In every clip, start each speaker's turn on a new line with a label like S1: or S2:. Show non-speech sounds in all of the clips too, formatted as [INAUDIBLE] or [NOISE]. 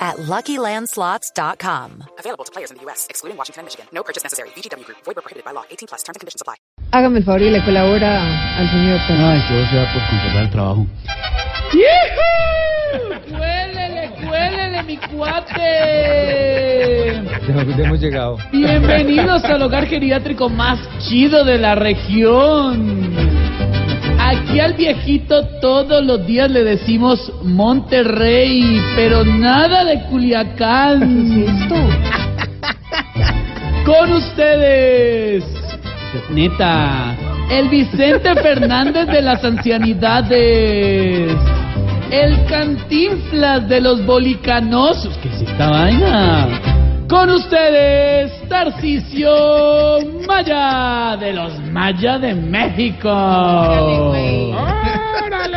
S1: at LuckyLandSlots.com.
S2: Available to players in the U.S., excluding Washington and Michigan. No purchase necessary. VGW Group. Void where prohibited by law. 18 plus. Terms and conditions apply.
S3: Hágame el favor y le colabora al señor Pérez.
S4: Ay, todo sea por conservar el trabajo.
S5: ¡Cuélele, cuélele, mi cuate!
S4: hemos llegado.
S5: Bienvenidos al hogar geriátrico más chido de la región. Aquí al viejito todos los días le decimos Monterrey, pero nada de Culiacán. Con ustedes, neta, el Vicente Fernández de las ancianidades, el Cantinflas de los bolicanosos, que es esta vaina. Con ustedes, Tarcisio Maya de los Maya de México.
S3: [LAUGHS]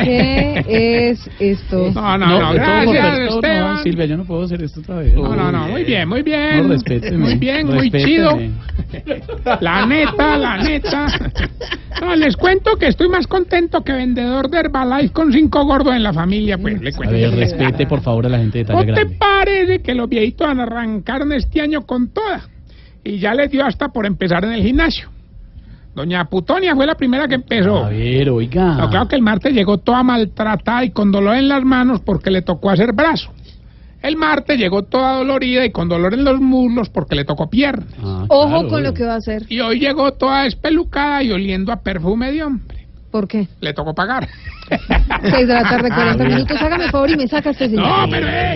S6: [LAUGHS]
S3: ¿Qué es esto?
S6: No, no,
S5: No,
S6: no,
S5: de todo
S6: gracias,
S5: respeto,
S6: Esteban.
S5: No, Silvia, yo no puedo hacer esto otra vez.
S6: No, no, no, muy bien, muy bien.
S5: No, respéteme,
S6: muy bien, muy
S5: respéteme.
S6: chido. La
S5: [LAUGHS]
S6: neta, la neta. No, les cuento que estoy más contento que vendedor de Herbalife con cinco gordos en la familia, pues, le
S5: A
S6: cuento.
S5: ver, respete por favor a la gente de
S6: [LAUGHS] ¿No
S5: talla
S6: te
S5: grande.
S6: parece que los viejitos arrancaron este año con toda? Y ya les dio hasta por empezar en el gimnasio. Doña Putonia fue la primera que empezó.
S5: A ver, oiga.
S6: No, claro que el martes llegó toda maltratada y con dolor en las manos porque le tocó hacer brazo. El martes llegó toda dolorida y con dolor en los muslos porque le tocó pierna.
S5: Ah,
S3: Ojo
S5: claro.
S3: con lo que va a hacer.
S6: Y hoy llegó toda espelucada y oliendo a perfume de hombre.
S3: ¿Por qué?
S6: Le tocó pagar.
S3: Seis de la tarde, 40 minutos. Hágame el favor y me saca este señor.
S6: No, pero... eh.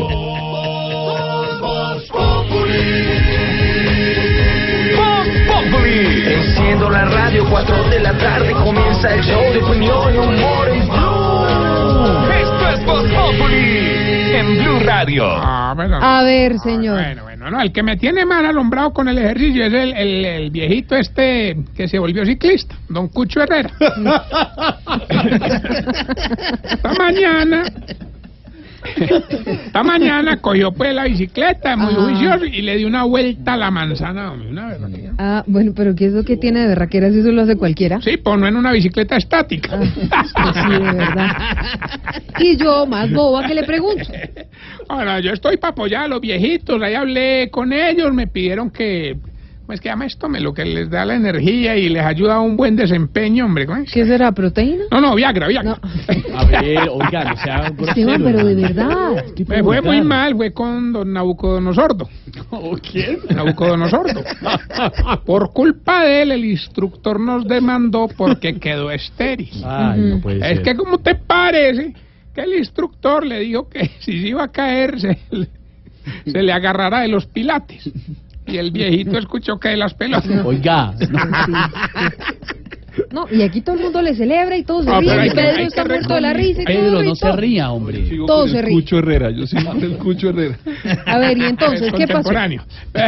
S7: Enciendo la radio, 4 de la tarde comienza el show de opinión y humor en Blue. Esto es Voz Populi en Blue Radio.
S6: Ah, bueno, no.
S3: A ver, señor.
S6: Ah, Bueno, bueno, no, el que me tiene mal alumbrado con el ejercicio es el, el- el viejito este que se volvió ciclista, don Cucho Herrera. esta mañana, esta mañana cogió pues la bicicleta, muy
S3: Ajá.
S6: juicioso, y le dio una vuelta a la manzana, hombre, una berraquera.
S3: Ah, bueno, pero ¿qué es lo que tiene de berraqueras? Eso lo hace cualquiera.
S6: Sí, pues no en una bicicleta estática.
S3: Pues [LAUGHS] sí, de verdad. Y yo, más boba, que le pregunto.
S6: Ahora, yo estoy para apoyar a los viejitos, ahí hablé con ellos, me pidieron que, pues que llama esto, me lo que les da la energía y les ayuda a un buen desempeño, hombre. ¿cómo es?
S3: ¿Qué será, proteína?
S6: No, no, Viagra, Viagra.
S3: No.
S6: [LAUGHS]
S5: A ver, oiga, no sea un
S3: Esteban,
S5: grosero,
S3: pero de
S5: hermano.
S3: verdad.
S5: Estoy
S6: Me Eh, fue
S5: provocado.
S6: muy mal, fue con don Nabucodonosordo.
S5: [LAUGHS] ¿O quién?
S4: [LAUGHS]
S6: Nabucodonosordo. Por culpa de él, el instructor nos demandó porque quedó estéril.
S5: Ay, no puede ser.
S6: Es que, como te parece, que el instructor le dijo que [LAUGHS] si se iba a caer, se le, se le agarrara de los pilates. Y el viejito escuchó que de las pelotas.
S5: Oiga, no.
S3: [LAUGHS] No, y aquí todo el mundo le celebra y todos se
S6: Ah, pero
S3: ríen. Y
S6: hay que-
S3: Pedro
S6: hay
S3: está
S6: que
S3: muerto de la risa y todo.
S5: Pedro,
S3: y
S5: no se
S3: todo.
S5: ría, hombre.
S3: Todo se ríe.
S4: Herrera, yo sí el Cucho Herrera.
S3: A ver,
S6: [LAUGHS]
S3: y entonces,
S6: Es
S3: ¿qué pasó?
S6: contemporáneo. [LAUGHS]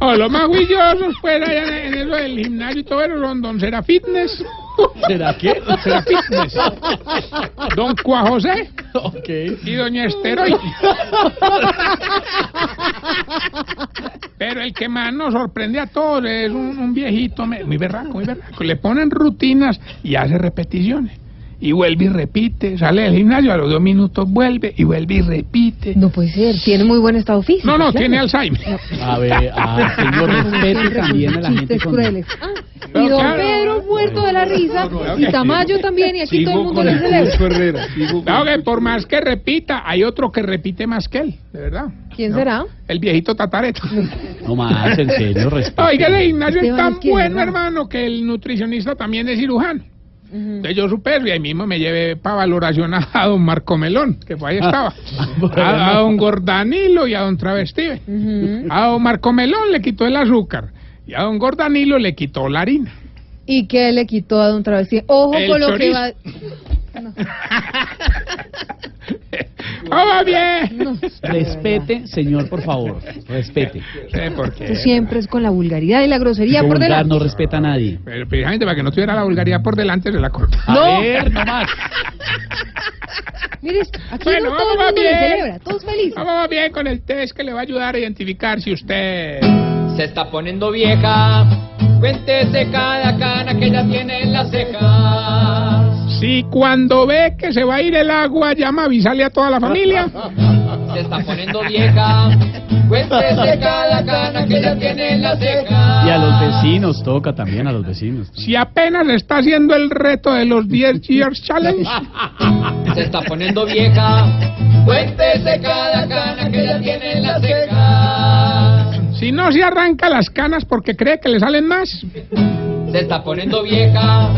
S6: o Oh, lo más huillosos fuera allá en eso del gimnasio y todo eso son Don Sera Fitness,
S5: ¿Será que?
S6: [LAUGHS] Sera Fitness, Don Cuajosé
S5: [LAUGHS] Ok.
S6: y Doña
S3: [LAUGHS]
S6: Esteroide. Pero el que más nos sorprende a todos es un, un viejito me- muy berraco, muy berraco. Le ponen rutinas y hace repeticiones. Y vuelve y repite, sale del gimnasio, a los dos minutos vuelve y vuelve y repite.
S3: No puede ser, tiene muy buen estado físico.
S6: No, no,
S3: claro.
S6: tiene Alzheimer.
S5: A ver, ah,
S3: [LAUGHS]
S5: señor, respete
S3: Siempre con
S5: también a
S3: sus
S5: la gente
S3: chistes
S5: con...
S3: crueles. Ah,
S6: Pero
S3: y don
S6: claro.
S3: Pedro muerto de la risa, y Tamayo también, y aquí todo el mundo
S4: con
S3: le
S4: el Cucho
S3: celebra.
S4: Herrera. sigo con-
S6: Claro que por más que repita, hay otro que repite más que él, de verdad.
S3: ¿Quién
S6: No,
S3: será?
S6: El viejito tatareto.
S5: No más, en serio, respete.
S6: [LAUGHS] Oiga, el gimnasio es
S3: Esteban,
S6: tan
S3: es que,
S6: bueno,
S3: ¿verdad?
S6: hermano, que el nutricionista también es cirujano. Entonces yo supe eso y ahí mismo me llevé para valoración a, a don Marco Melón, que pues ahí estaba. A, a don Gordanilo y a don Travestive.
S3: Ujú.
S6: A don Marco Melón le quitó el azúcar y a don Gordanilo le quitó la harina. [LAUGHS]
S3: ¿Y qué le quitó a don Travesti? Ojo
S6: El
S3: con lo que
S6: chorizo.
S3: va...
S6: ¡Oh, bien! [LAUGHS]
S5: Respete, señor, por favor. Respete.
S6: sé por qué.
S3: Eso siempre es con la vulgaridad y la grosería por
S5: Vulgar
S3: delante.
S5: no respeta a nadie.
S6: Pero precisamente para que no tuviera la vulgaridad por delante de la corta.
S5: A
S3: No.
S5: ver, nomás.
S3: Mire, aquí
S6: Bueno,
S3: no todo el
S6: vamos
S3: mundo
S6: bien.
S3: le celebra, todos felices.
S6: Vamos bien con el test que le va a ayudar a identificar si usted...
S8: Se está poniendo vieja, cuéntese cada cana que ya tiene en las cejas.
S6: Si cuando ve que se va a ir el agua llama a avisarle a toda la familia.
S8: Se está poniendo vieja, cuéntese cada cana que ya tiene en las cejas.
S5: Y a los vecinos toca también, a los vecinos.
S6: Si apenas está haciendo el reto de los 10 Years Challenge.
S8: Se está poniendo vieja, cuéntese cada cana que ya tiene en las cejas.
S6: Si no se arranca las canas porque cree que le salen más.
S8: Se está poniendo vieja,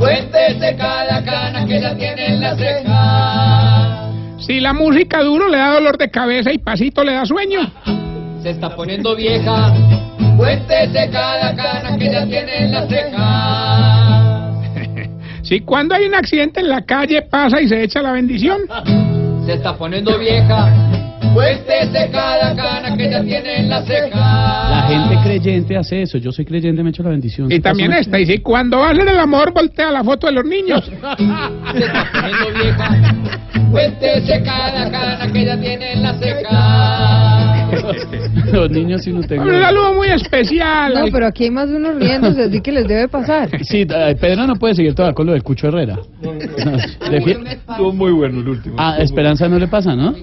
S8: cuéntese cada cana que ya tiene en las cejas.
S6: Si la música duro le da dolor de cabeza y pasito le da sueño.
S8: Se está poniendo vieja, cuéntese cada cana que ya tiene en las cejas.
S6: Si cuando hay un accidente en la calle pasa y se echa la bendición.
S8: Se está poniendo vieja, cuéntese cada cana que ya tiene en las cejas.
S5: La gente creyente hace eso. Yo soy creyente, me echo la bendición.
S6: Y también esta. Y si cuando va a hacer el amor voltea la foto de los niños.
S8: Se está poniendo vieja, cuéntese cada cana que ya tiene en las cejas.
S6: este.
S5: Los niños sí no tengo.
S6: Un saludo muy especial.
S3: No,
S6: al-
S3: pero aquí hay más de unos riéndose, así que les debe
S6: [LAUGHS]
S3: pasar.
S5: Sí, eh, Pedro no puede seguir todavía con lo del Cucho Herrera. Le fie-
S4: Estuvo muy bueno el último.
S5: A Esperanza no le pasa, ¿no?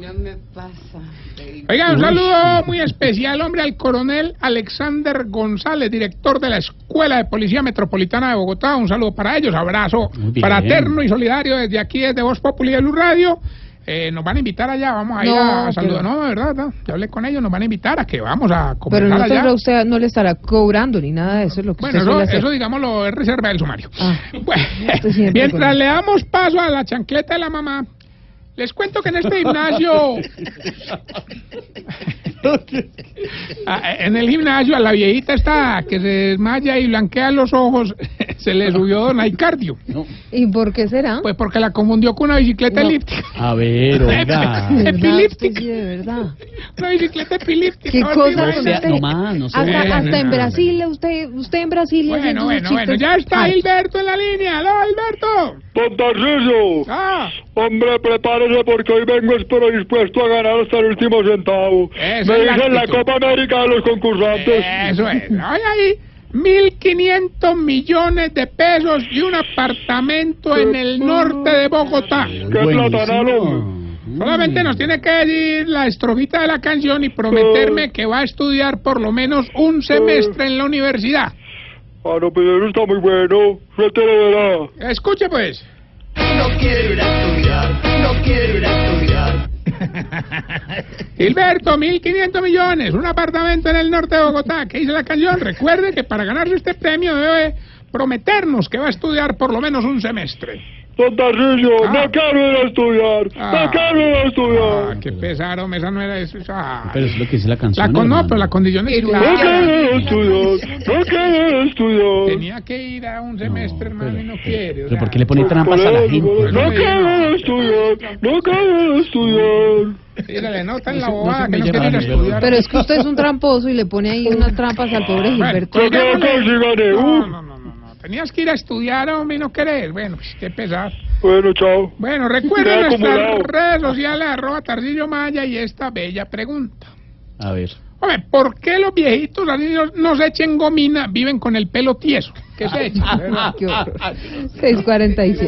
S6: Oiga, un
S5: Uy.
S6: saludo muy especial, hombre, al coronel Alexander González, director de la Escuela de Policía Metropolitana de Bogotá. Un saludo para ellos, abrazo
S5: Muy bien.
S6: fraterno y solidario desde aquí, desde Voz Populi de Blue Radio. Eh, nos van a invitar allá, vamos a ir
S3: No,
S6: a saludar.
S3: pero-
S6: No, de verdad, no. ya hablé con ellos, nos van a invitar a que vamos a
S3: Pero
S6: conversar
S3: no
S6: allá.
S3: tendrá usted, no le estará cobrando ni nada de eso, es lo que
S6: Bueno,
S3: usted suele
S6: eso,
S3: hacer.
S6: eso digámoslo, es reserva del sumario.
S3: Ah,
S6: [LAUGHS] Bueno,
S3: esto siempre
S6: mientras
S3: con-
S6: le damos paso a la chancleta de la mamá, les cuento que en
S3: [LAUGHS]
S6: este gimnasio, a- Ah, en el gimnasio a la viejita está que se desmaya y blanquea los ojos, [LAUGHS] se le subió don Aicardio,
S3: ¿Y por qué será?
S6: pues porque la confundió con una bicicleta
S3: No.
S6: elíptica,
S5: A ver,
S6: [LAUGHS]
S5: oiga.
S3: De verdad,
S6: epilíptica.
S3: usted sí, de
S6: [LAUGHS]
S3: verdad.
S6: una bicicleta epilíptica.
S3: ¿Qué
S6: ahora
S3: cosa
S6: sí,
S3: con
S6: bueno.
S5: sea,
S3: usted?
S5: no más, no sea.
S3: hasta,
S6: Bueno,
S3: hasta en
S6: no,
S3: Brasil, usted, usted en Brasil haciendo
S6: Bueno,
S3: sus
S6: bueno, bueno,
S3: chistes.
S6: ya está
S3: Ay,
S6: Alberto en la línea, ¡Aló, Alberto!
S9: Don Tarciso,
S6: ¡Ah!
S9: hombre, prepárese porque hoy vengo es dispuesto a ganar hasta el último centavo.
S6: Esa
S9: Me
S6: es la
S9: dicen la
S6: actitud.
S9: Copa América de los concursantes.
S6: Eso es. Hay ahí 1.500 millones de pesos y un apartamento en el norte de Bogotá.
S9: ¡Qué
S5: Buenísimo. Mm.
S9: platanalo!
S6: Solamente nos tiene que decir la estrofita de la canción y
S9: Ah.
S6: prometerme que va a estudiar por lo menos un semestre en la universidad.
S9: Ah, no, pero eso está muy bueno. Suerte le verá.
S6: Escuche pues. [LAUGHS] Gilberto, 1.500 millones, un apartamento en el norte de Bogotá. ¿Qué dice la canción? Recuerde que para ganarse este premio debe prometernos que va a estudiar por lo menos un semestre.
S9: Don Tarciso,
S6: Ah.
S9: me quiero ir a estudiar.
S6: Ah.
S9: Me quiero ir a
S6: Ah,
S9: estudiar.
S6: qué pesar, hombre, esa no era eso. esa-
S5: Ah, Pero es lo que dice la canción.
S6: La con, no,
S5: hermano.
S6: pero la condición es
S9: No quiero
S6: clara.
S9: ir a estudiar. No quiero ir a estudiar.
S6: Tenía que ir a un
S5: No,
S6: semestre, hermano, y no
S5: pero- eh,
S6: quiere. o
S5: ¿Pero
S6: sea.
S5: por qué le pone trampas a la gente?
S9: No quiero ir a estudiar. No quiero ir a estudiar.
S6: Mira, le nota en la
S5: Eso no
S6: bobada
S5: se
S6: que no
S5: me
S6: quiere ir a
S5: llama,
S6: estudiar.
S3: Pero es que usted es un tramposo y le pone ahí unas trampas al pobre
S6: Bueno,
S3: Gilberto.
S9: Yo creo que sí gané.
S6: No,
S9: Uh.
S6: no, no, no, no. Tenías que ir a estudiar, hombre, y no querer. Bueno, pues, qué pesar.
S9: Bueno, chao.
S6: Bueno, recuerden
S9: Me ha
S6: nuestras
S9: acumulado.
S6: redes sociales, arroba Tarcillo Maya y esta bella pregunta.
S5: A ver.
S6: Hombre, ¿por qué los viejitos así no, no
S3: [LAUGHS]
S6: se echen gomina, viven con el pelo tieso? ¿Qué se echan?
S3: Qué horror. 647.